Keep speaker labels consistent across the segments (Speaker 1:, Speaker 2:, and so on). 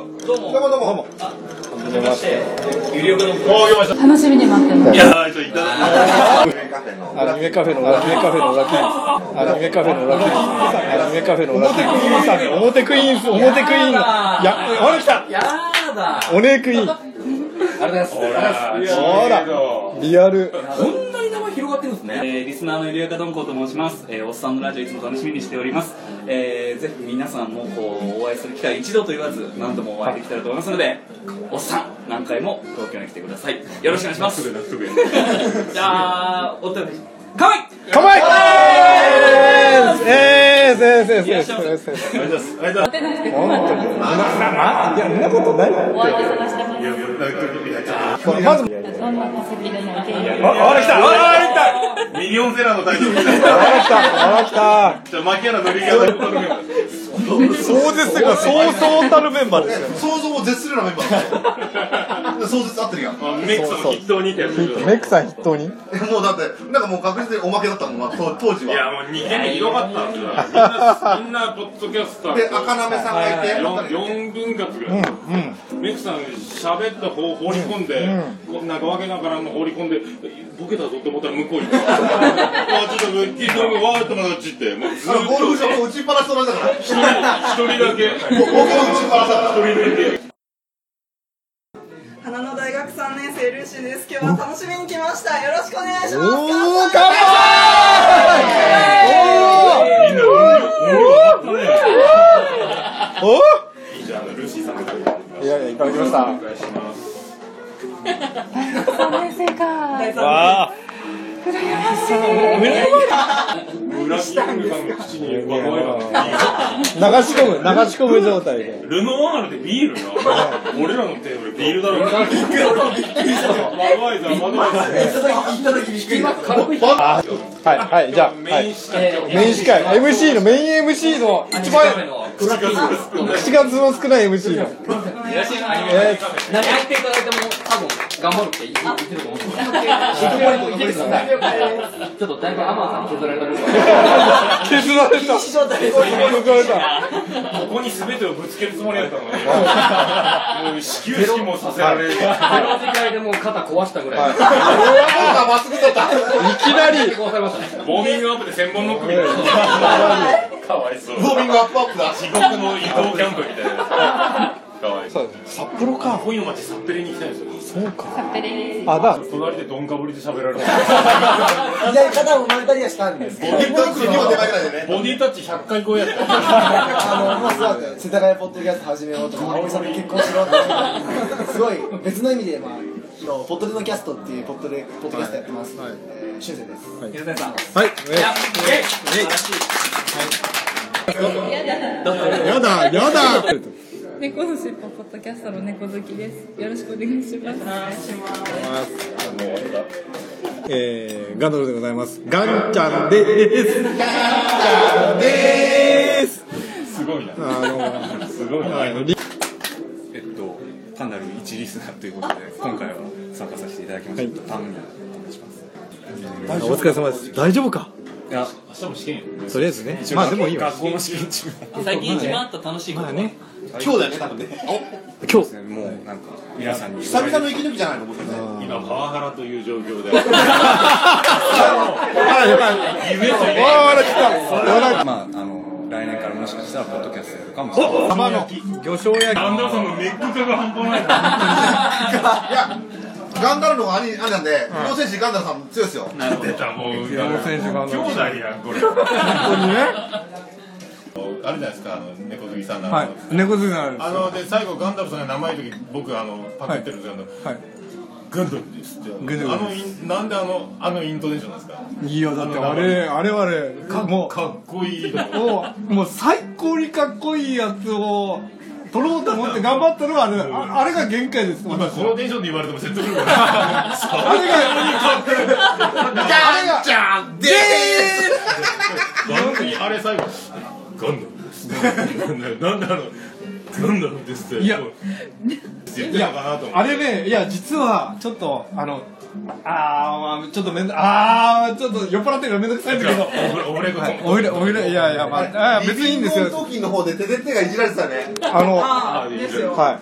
Speaker 1: どうも。
Speaker 2: どうもどうもどうも
Speaker 1: はじめまして。有力の。
Speaker 3: 楽しみに待ってます。
Speaker 2: アニメカフェの
Speaker 4: アニメカフェのアニメカフェのラキアニメカフェのラキアニメカフェのラキ表クイーンさん表クイーン表クイーンいやほら来た
Speaker 1: やーだ。
Speaker 4: おねえクイーン
Speaker 1: ありがとうございます。
Speaker 4: ほらリアル
Speaker 1: こんなに名前広がってるんですね。
Speaker 5: えーリスナーのゆりやかどんこうと申します、えーおっさんのラジオいつも楽しみにしております、えーぜひ皆さんもこうお会いする機会一度と言わず何度もお会いできたらと思いますのでおっさん何回も東京に来てくださいよろしくお願いします じゃあお手紙かわい
Speaker 4: 構ええーえーえーえーえーえーえーえーえ
Speaker 3: 待てなくて困っちゃう。
Speaker 4: ーいやそんなことないよ
Speaker 3: お相手探してます。
Speaker 4: まず
Speaker 3: どんな化石でも受け入れる。
Speaker 4: あら来たあら来
Speaker 6: ミニオンゼラの大将みたい
Speaker 4: た
Speaker 6: な。
Speaker 4: あら来たあら来た
Speaker 6: じゃあ、槙原のりが大将メンバーです。
Speaker 4: そうですがそうそうたるメンバーですよ
Speaker 2: 想像を絶するようなメンバー想像合ってるやんも
Speaker 6: メイクさんも筆頭にってやつでしょ。
Speaker 4: メックさん筆頭に
Speaker 2: うだってなんかもう確実におまけだったもんなと当時
Speaker 6: いや、
Speaker 2: は
Speaker 6: もう2軒目広がったんですよ。みんな、みんなポッドキャスターと。
Speaker 2: で赤なめさんがいて
Speaker 6: 4分割ぐらい、メイクさん喋った方を放り込んで、こうなんかわけなからんの放り込んでボケたぞと思ったら向こうに行ったあちょっと聞いてみようわーっと友達ってもうずっ
Speaker 2: あ
Speaker 6: と
Speaker 2: ゴルフ場の打ちっぱなしと同じだから
Speaker 6: 一人一人だけ
Speaker 2: 僕の打ちっぱなしだから
Speaker 7: 花の大学3年生ルーシーです今日は楽しみに来ましたよろしくお願いします
Speaker 4: おー乾杯
Speaker 6: みんなおおお
Speaker 4: おーおー
Speaker 6: いいじゃんルーシーさんが
Speaker 4: いやいや、いただきました。
Speaker 6: お願いします
Speaker 3: 三年生か。
Speaker 7: 乾杯
Speaker 4: あ
Speaker 6: 裏キングさんの口にわがわが
Speaker 4: 流し込む、流し込む状態で。
Speaker 6: ルノワールでビールな俺らのテーブルビールだろワワイザーワワイザー
Speaker 4: はい、はい、じゃあ、は
Speaker 6: メイ
Speaker 4: い
Speaker 6: ン。司会
Speaker 4: メイン司会、MC の、メイン MC の、一番、口数の少ない MC の。えー
Speaker 1: 何言っていただいても多分頑張るって言ってると思うんですよ。ちょっとだいぶアマンさん削られた みたい。
Speaker 4: 削られた。削られた。
Speaker 6: ここに全てをぶつけるつもりだったのにもう始球式もさせられる
Speaker 1: あの時間でもう肩壊したぐらい。
Speaker 2: まっすぐだった
Speaker 4: いきなり、
Speaker 1: 壊されましたね。
Speaker 6: ウォーミングアップで千本ノックみたいなかわいそう
Speaker 2: ウォーミングアップアップだ
Speaker 6: 地獄の移動キャンプみたいなかわいそう
Speaker 4: 札幌か。
Speaker 6: 今夜までサッペリに行きたいんですよ
Speaker 4: そうか。
Speaker 3: カペレ
Speaker 4: あ、だ。
Speaker 6: 隣でどんかぶりで喋られる
Speaker 8: 左肩を生まれたりはしたんですけど、
Speaker 2: ゲットダックの2本手前ぐらいでね
Speaker 6: ボディタッチ100回超えやった
Speaker 8: あの、まあ、そうだね、世田谷ポッドキャスト始めようとか、葵さんと結婚しろとか、すごい別の意味で、まあ、ポッドでのキャストっていうポッドで、ポッドキャストやってます。はい、えー、修正です。
Speaker 5: 水谷さん
Speaker 4: はい、やだ、やだ。
Speaker 3: 猫のしっぽポッドキャストの猫好きです。よろしくお願いします。
Speaker 4: えー、ガンドルでございます。ガンちゃんでーす。ガンちゃんでーす。
Speaker 6: すごいな
Speaker 4: あの
Speaker 6: すごいな
Speaker 4: はいリ
Speaker 5: えっと単なる一リスナーということで今回は参加させていただきました、パンと申します
Speaker 4: お疲れ様です。大丈夫か。
Speaker 5: いや
Speaker 6: 明日も試験や
Speaker 4: とりあえずね。まあでもいいわ。
Speaker 5: 学校の試験中
Speaker 1: 最近一番あった楽しいこ
Speaker 4: まあ
Speaker 1: と。
Speaker 4: ね。
Speaker 2: 今日だよね多分ね
Speaker 4: 今日。
Speaker 5: もうなんか皆さんに
Speaker 2: 久々の息抜きじゃないの僕ね
Speaker 6: 今パワハラという状況で
Speaker 4: あやばい。
Speaker 6: 夢と
Speaker 4: わ
Speaker 6: 夢
Speaker 4: あわら来た。わら。
Speaker 5: まああの来年からもしかしたらポッドキャストやるかもしれない
Speaker 4: 玉の魚醤焼き。
Speaker 6: アンダーさんのネック化が半端ない
Speaker 2: いやガンダルの兄兄なんで宇野選手ガンダルさん強いですよ
Speaker 6: 出たもう兄
Speaker 4: 選手が
Speaker 6: 弟やんこれ
Speaker 4: 本当にね。
Speaker 6: あるじゃないですかあの猫好きさんの、
Speaker 4: はい。猫好きな
Speaker 6: あ
Speaker 4: ん
Speaker 6: ので最後ガンダムさんが名前の時僕あのパクってるんですけど、
Speaker 4: です。はい。
Speaker 6: ガンダムですって
Speaker 4: ンダム
Speaker 6: あのインなんであのあのイントネーションなんですか
Speaker 4: いやだってあれあれはねも
Speaker 6: かっこいいう
Speaker 4: もうもう最高にかっこいいやつを取ろうと思って頑張ったのがあれああれが限界です。
Speaker 6: 今このテンションで言われても説得力がない
Speaker 4: あれがあれが
Speaker 2: じゃんで
Speaker 6: 本当にあれ最後ガンダムですなんであのなんだろうですって
Speaker 4: いや
Speaker 6: 言っ
Speaker 4: い
Speaker 6: てたのかなと
Speaker 4: や
Speaker 6: 思って
Speaker 4: あれねいや実はちょっとあのあー、まあ、ちょっとめんどあーちょっと酔っ払ってるからめんどくさいんだけど
Speaker 6: お俺が
Speaker 4: はいおいらおいらいやいやまああー別にいいんです
Speaker 2: リビング
Speaker 4: よ
Speaker 2: の時の方でテテテがいじられてたね。
Speaker 4: あの
Speaker 7: ああ、ですよ。
Speaker 4: はい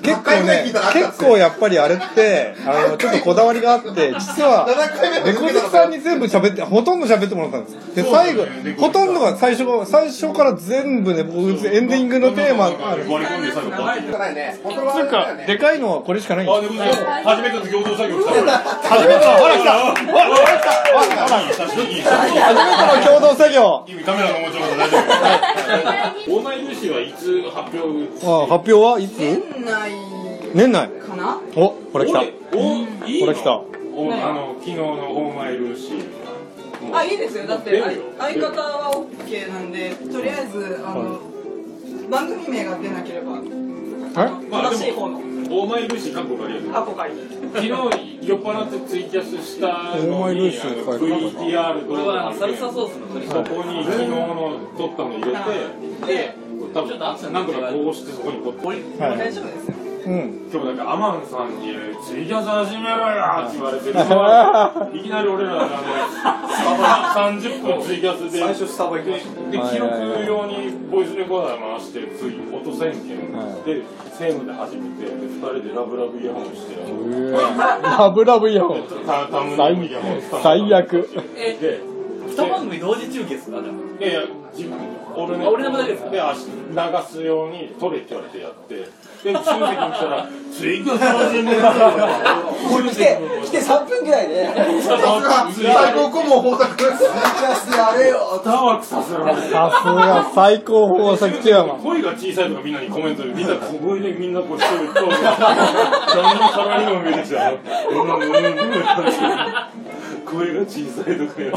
Speaker 4: 結構
Speaker 2: 回ぐらい
Speaker 4: ね
Speaker 2: 聞いたらあったんです
Speaker 4: 結
Speaker 2: よ
Speaker 4: 構やっぱりあれってあのちょっとこだわりがあって実は
Speaker 2: 7回目まで
Speaker 4: 猫好きさんに全部喋ってほとんど喋ってもらったんですで最後ほとんどが最初の最初から全部ね僕エンディングのテーマある
Speaker 6: 割り込んで最後バッ
Speaker 2: じゃないね。本当は
Speaker 4: つうかでかいのはこれしかないんです
Speaker 6: あ、でも初めての共同作業した
Speaker 4: 初めてのほら来たほら来たほら来たほら
Speaker 6: いい写真いい写真
Speaker 4: 初めての共同作業
Speaker 6: 君カメラの持ち物大丈夫オーナー融資はいつ発表
Speaker 4: あ発表はいつ
Speaker 7: 年内
Speaker 4: 年内
Speaker 7: かな
Speaker 4: おこれ来た
Speaker 6: おいい
Speaker 4: こ
Speaker 6: の
Speaker 4: れ来た
Speaker 6: おあの昨日のオーナー融資
Speaker 7: あ、いいですよ。だって、あ
Speaker 6: 出るよ
Speaker 7: 相方は OK なんで、とりあえず、あの、番組名が出なければ、
Speaker 6: まあで
Speaker 7: 正
Speaker 6: も
Speaker 7: しい方の
Speaker 6: オーナー融資過去からやる
Speaker 7: アポ借りに。
Speaker 6: 昨日酔っ払ってツイキャスした
Speaker 4: オー
Speaker 6: の
Speaker 4: マイル
Speaker 6: に
Speaker 4: ーシ
Speaker 6: あ
Speaker 4: ー
Speaker 6: の VTR
Speaker 5: これ
Speaker 6: 動画
Speaker 5: は
Speaker 6: あ
Speaker 5: あのサ
Speaker 6: るけ
Speaker 5: ルサ
Speaker 6: ど
Speaker 5: ソースの取り
Speaker 6: そこに昨日の撮ったの入れてで多分なんとかこうしてそこにこう
Speaker 4: はい
Speaker 7: 大丈夫ですよ。
Speaker 4: うん
Speaker 6: 今日なんかアマンさんに「ツイキャス始めろよ!」って言われ ていきなり俺らがあの30分ツイキャスで
Speaker 8: 最初スタバ行きま
Speaker 6: で
Speaker 8: し
Speaker 6: 記録用にボイスレコーダー回して次音宣言
Speaker 4: は
Speaker 6: でセームで始めてで2人でラブラブイヤホンして
Speaker 4: ラブラブイヤホン
Speaker 6: タタムのイヤホンしたの
Speaker 4: 最悪
Speaker 6: で
Speaker 5: 二番組同時中継するなじゃあ
Speaker 6: いやいや、自分、俺
Speaker 5: あ俺のも大丈夫ですか
Speaker 6: で、足流すように取れって言われてやって、で、親戚に来たら、 追加されてねえな
Speaker 8: 来て来て3分ぐら いで
Speaker 6: さすが
Speaker 2: 最高顧問報告です。
Speaker 8: キャスやれよ
Speaker 6: 歌は草すられて
Speaker 4: さすが最高峰作チェアマン
Speaker 6: 声が小さいとかみんなにコメントで、みんな小声でみんなこう一人と、 だんだんサラリーマン見えてきたようんうんうんうん声が小さいとかやって。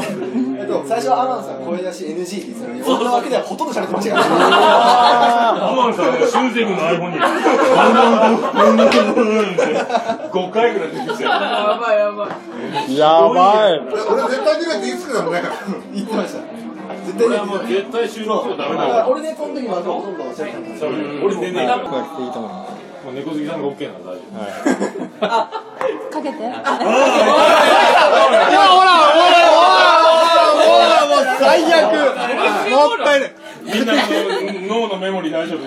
Speaker 8: えっと最初はアマンさん声出し NG って言ってたのに俺のわけではほとんど喋ってましたから
Speaker 6: アマンさんがシュウゼイ君の iPhone に、うんうんうんうんうんって5回ぐらい出てきてたよ。
Speaker 7: やばいやばい。
Speaker 4: やばい
Speaker 2: 俺絶対見ないって言ってたもんね。
Speaker 8: 言ってました絶
Speaker 6: こ
Speaker 8: 対
Speaker 6: れ
Speaker 8: に
Speaker 6: はもう絶対収録しちゃダメだ
Speaker 8: だ
Speaker 6: よ
Speaker 8: から。俺ねこの時もほとんど喋ってなかった
Speaker 6: 俺寝ねえから。も
Speaker 4: やっていいと思います
Speaker 6: う猫好きさんが OK なら大丈
Speaker 3: かけて。
Speaker 4: ほらほらほらほらほらもう最悪もったいない
Speaker 6: 夫。みんなの脳のメモリー大丈夫。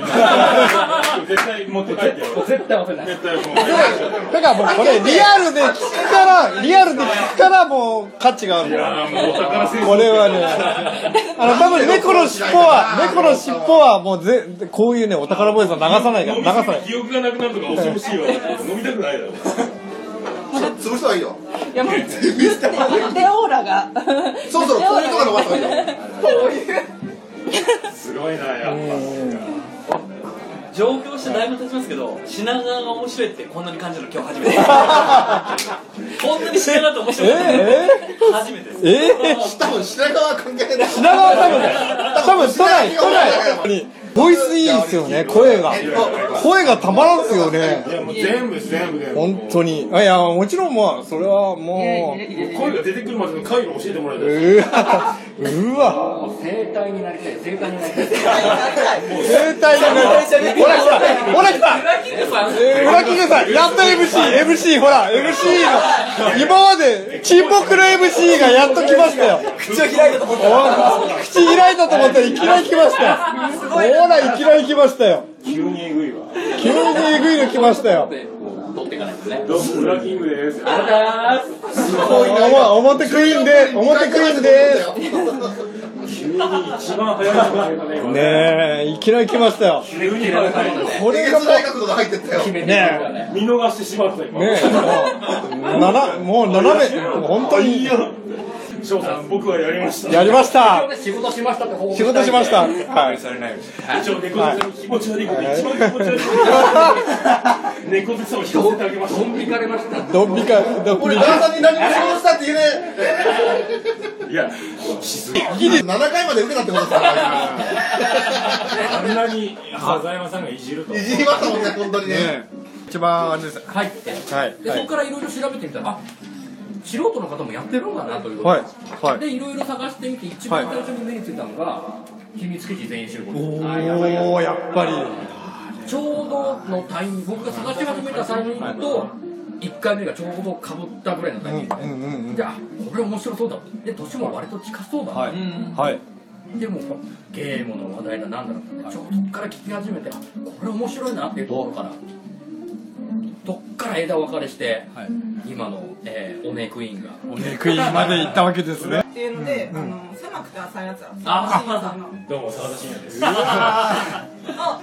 Speaker 6: 絶対持って帰ってよ。
Speaker 5: 絶対忘れない
Speaker 6: 絶対もう。
Speaker 4: だからもうこれリアルで聞くからリアルで聞くからもう価値がある
Speaker 6: いやーもうお宝戦争。
Speaker 4: これはねあの多分猫の尻尾は猫の尻尾はもうぜこういうねお宝ボイスは流さないから
Speaker 6: 飲み
Speaker 4: 流さな
Speaker 6: 過
Speaker 4: い
Speaker 6: ぎて記憶がなくなるとか恐ろしいわ。飲みたくないだろ。
Speaker 2: 潰した方がいいよ。
Speaker 3: いやもう言って言ってオーラが。
Speaker 2: そろそろこういうとこ伸ばした方がいいよ。
Speaker 6: すごいなやっ
Speaker 5: 上京してだいぶ経ちますけど品川が面白いってこんなに感じるの今日初めてこんなに品川って面白いって初めてです
Speaker 4: ええ
Speaker 2: 多分品川関係ない。
Speaker 4: 品川多分ね多分都内都内ボイスいいですよね声が声がたまらんですよね
Speaker 6: ぱ。いやもう全部です全部で。
Speaker 4: 本当にいやもちろんまあそれはもう
Speaker 6: もう声が出てくるまでの回路教えてもらえたら。
Speaker 4: うわうわ
Speaker 5: 生態になりたい生態になりたい
Speaker 4: 生態だねほら来たほら来たえー裏切りさんやっと MCMC ほら MC の今までチンポクの MC がやっと来ましたよ
Speaker 8: 口を開いたと思った
Speaker 4: おい口開いたと思ったらいきなり来ましたよほらいきなり来ましたよ
Speaker 6: 急にえぐいわ。
Speaker 4: 急にえぐいの来ましたよ
Speaker 5: 取っていかないとね
Speaker 6: どうも裏キングです。
Speaker 4: おも表クイーンで表クイーンで
Speaker 6: 急に一番早いのがね今。
Speaker 4: ねえいきなり来ましたよ
Speaker 6: 急にやらないと
Speaker 4: これ
Speaker 2: 英
Speaker 4: が
Speaker 2: 月大学とか入ってったよ。
Speaker 4: ねえ
Speaker 6: 見逃してしまった今。
Speaker 4: ねえななもう斜め本当に
Speaker 6: 翔さん、僕はやりました。
Speaker 4: やりました
Speaker 5: 仕事しましたって報告
Speaker 4: 仕事しましたはい
Speaker 6: 一応、猫好きさんに気持ち悪いこと、一番気持ち悪いこと。猫好きさんを引かせてあげました。
Speaker 5: 行かれました
Speaker 4: ドンピカドンピ
Speaker 2: 俺、
Speaker 4: カ
Speaker 2: 奈良さんに何も仕事したって言えね
Speaker 6: いや、
Speaker 2: え。7回まで受けたってことですから。
Speaker 6: あんなに狭山さんがいじると
Speaker 2: い。じりましたもんね、本当にね。
Speaker 4: ね一番あれです
Speaker 5: 入って
Speaker 4: はい
Speaker 5: でそこからいろいろ調べてみたらあ素人の方もやってるんだなということ
Speaker 4: はい
Speaker 5: で
Speaker 4: はい
Speaker 5: でいろいろ探してみて一番最初に目についたのが秘密基地全員集合
Speaker 4: おおやっぱり
Speaker 9: ちょうどのタイミング僕が探し始めたタイミングと1回目がちょうどかぶったぐらいのタイミング
Speaker 4: うんうんうん
Speaker 9: で、じゃあこれ面白そうだで年も割と近そうだ、
Speaker 4: はいはい
Speaker 9: でもゲームの話題だなんだろうちょっとそっから聞き始めてあこれ面白いなっていうところからどっから枝分かれして、
Speaker 4: はい
Speaker 9: 今の、えー、オネクイーンが
Speaker 4: お肉院まで行ったわけですね
Speaker 7: っていうので、あの狭くて浅いやつら
Speaker 9: あ
Speaker 7: 島さんの
Speaker 9: どうも澤田信也 です
Speaker 7: を、
Speaker 4: は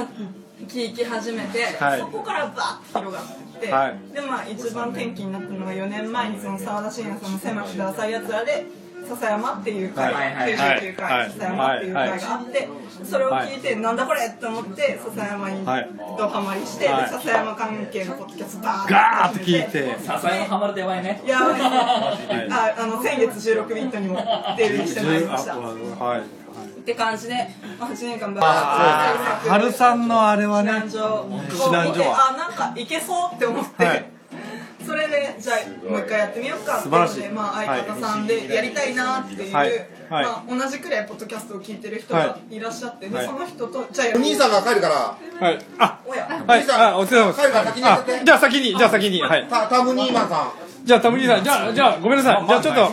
Speaker 4: い
Speaker 7: 聞き始めて、
Speaker 4: はい
Speaker 7: そこからバーッと広がってって、
Speaker 4: はい
Speaker 7: でまあ一番転機になったのが4年前にその澤田信也さんの「狭くて浅いやつら」で「笹山」っていう回、
Speaker 4: はいはいはい
Speaker 7: 99回、
Speaker 4: はい
Speaker 7: 笹山っていう回があって、それを聞いて、なんだこれって思って笹山に
Speaker 4: はい
Speaker 7: ドハマりして、
Speaker 4: はい
Speaker 7: で笹山関係のポッドキャストバーッ
Speaker 4: ガーッと聞いて
Speaker 5: 笹山ハマるとやばいね
Speaker 7: いやばいああの先月収録ビットにも出演してまいりました
Speaker 4: はい
Speaker 7: って感じで、まあ、8年間バ
Speaker 4: あー春さんのあれは
Speaker 7: 避
Speaker 4: ね
Speaker 7: 難所を見て
Speaker 4: 避難所は
Speaker 7: あなんかいけそうって思って、
Speaker 4: はい
Speaker 7: それでじゃあもう一回やってみようかってい
Speaker 4: 素
Speaker 7: う
Speaker 4: 晴
Speaker 7: の
Speaker 4: ら
Speaker 7: で、
Speaker 4: しい
Speaker 7: まあ、相方さんでやりたいなっていう、
Speaker 4: はいはい
Speaker 7: まあ、同じくらいポッドキャストを聞いてる人
Speaker 4: は
Speaker 7: がいらっしゃって、で
Speaker 4: はい
Speaker 7: その人とじゃあや
Speaker 2: お
Speaker 7: る
Speaker 2: 兄さんが帰るから、
Speaker 4: はいあ
Speaker 7: おや
Speaker 4: はいあお疲れ様です
Speaker 2: 帰るから先にやってて
Speaker 4: あじゃあ先にじゃあ先にはい
Speaker 2: たタムニーマンさん。
Speaker 4: じゃあタムリーさんじゃあじゃあごめんなさいじゃあちょっとはい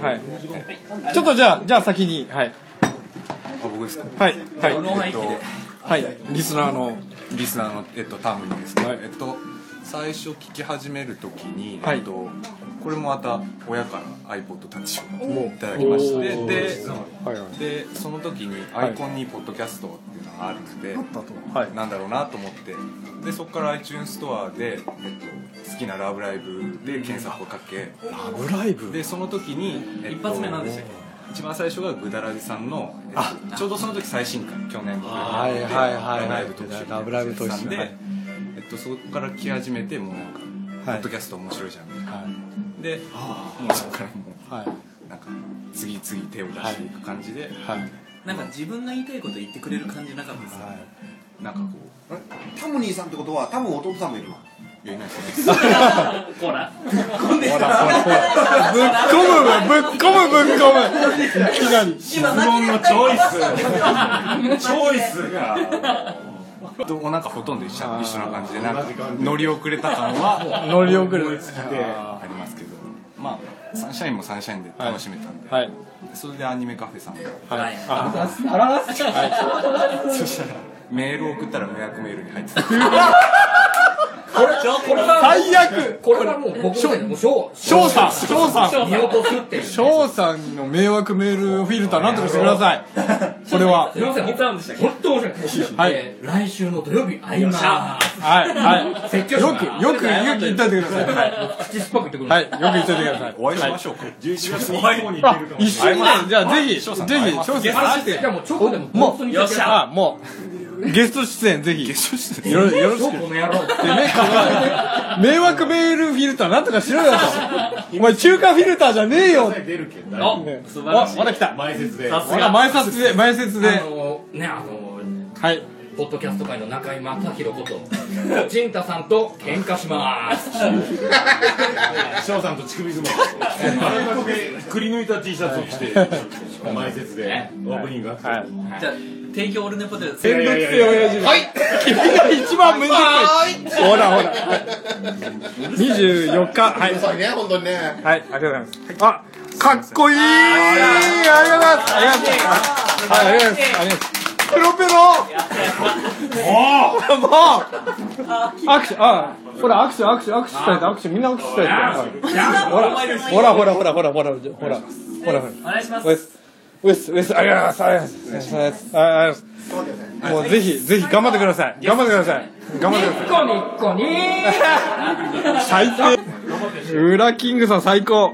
Speaker 4: はいちょっとじゃあじゃあ先にはい
Speaker 10: 僕ですか
Speaker 4: はいはい
Speaker 10: えっと
Speaker 4: はいリスナーの
Speaker 10: リスナーの、えっと、タームにですね、
Speaker 4: はい
Speaker 10: えっと最初聞き始めるときに、
Speaker 4: はい
Speaker 10: えっと、これもまた親から iPod タッチをいただきましてで,、
Speaker 4: はいはい
Speaker 10: でその時にアイコンに「ポッドキャスト」っていうのがあるので、
Speaker 4: はい
Speaker 10: なんだろうなと思ってでそこから iTunes ストアで、えっと、好きな「ラブライブ」で検索をかけ
Speaker 4: ラブライブ
Speaker 10: でその時に、一発目なんでしたっけ一番最初がぐだらじさんの、えっとちょうどその時最新刊去年の
Speaker 4: はいはいはいはい
Speaker 10: ライブ特集
Speaker 4: ラブライブ特集
Speaker 10: で、
Speaker 4: はい
Speaker 10: えっと、そこから来始めてもうなんか、ポ
Speaker 4: はい
Speaker 10: ッドキャスト面白いじゃんみたいな
Speaker 4: は
Speaker 10: でもうそこからも
Speaker 4: いはいう
Speaker 10: なんか次々手を出していく感じで、
Speaker 4: はい
Speaker 5: なんか自分の言いたいこと言ってくれる感じなかったですか
Speaker 10: なんかこ
Speaker 2: タムニーさんってことは、多分弟さんもいるわ。
Speaker 10: ういやいないですね
Speaker 5: ほら
Speaker 4: ほらほらほらぶっ込むぶっ込むぶっ込むいきなり
Speaker 10: 質問のチョイスチョイスがどうもなんかほとんど一緒一緒な感じでなんか乗り遅れた感 は
Speaker 4: 乗り遅れる
Speaker 10: ありますけどまあサンシャインもサンシャインで楽しめたんで、
Speaker 4: はい
Speaker 10: それでアニメカフェさんが
Speaker 4: はい
Speaker 10: そしたらメールを送ったら予約メールに入ってた
Speaker 9: これこれは
Speaker 4: 最悪
Speaker 9: これはもう僕のもう翔
Speaker 4: 翔さん翔さん
Speaker 9: 見落とすっていう
Speaker 4: 翔さんの迷惑メールフィルターなんとかしてくださいこれは
Speaker 9: すみません、本当なんでしたっけ本当面白かったです。
Speaker 4: はい
Speaker 9: えー来週の土曜日、あいま
Speaker 4: はいは
Speaker 9: 説
Speaker 4: い
Speaker 9: 教
Speaker 4: よくよくよく言っといてくださいはい
Speaker 9: 口酸っぱく言ってくる。
Speaker 4: はいよく言っといてください
Speaker 10: お会いしましょうか、
Speaker 4: あ一緒にねじゃあぜひぜひ翔さん来
Speaker 9: じ
Speaker 4: て
Speaker 9: ゃあもう直でも
Speaker 4: も
Speaker 9: 本当に
Speaker 4: う
Speaker 9: よっしゃ
Speaker 4: あもうゲスト出演ぜひゲスト出演よろよろし
Speaker 9: こ
Speaker 4: く
Speaker 9: の野郎
Speaker 4: でね、迷惑メールフィルターなんとかしろよと。お前中華フィルターじゃねえよ。
Speaker 9: あ
Speaker 4: ね
Speaker 5: 素晴らしい
Speaker 4: おまた来た。
Speaker 6: 前説で
Speaker 5: さす
Speaker 4: ほら
Speaker 5: が
Speaker 4: 前説で、前説
Speaker 9: あ
Speaker 4: で。
Speaker 9: のーねあのー
Speaker 4: はい。
Speaker 9: ポッドキャスト界の中井正広こと陣太さんと喧嘩します
Speaker 6: 翔さんと乳首相 撲あれだけくり抜いた T シャツを着て前説でオープニングがあって
Speaker 4: はい。
Speaker 5: じゃあ提供オルネポテトです
Speaker 4: めんどくせえ親父。はい。君が一番めんどくさい。ほらほら。二十四日。はい。
Speaker 2: そうね、本当にね。
Speaker 4: はい。ありがとうございます。あ、かっこいい。ありがとうございます。ありがとうございます。はい、ありがとうございます。ありがとうございます。ペロペロ。もう握手あほら握手握手握手したいと握手みんな握手したいとほらほらほらほらほらほらほらほらほら
Speaker 5: お願いします
Speaker 4: ウエスウエスウエスありがとうございますありがとうございますありがとうございますもうぜひぜひ頑張ってください頑張ってください頑張ってください
Speaker 9: ニッコニッコに
Speaker 4: 最低裏キングさん最高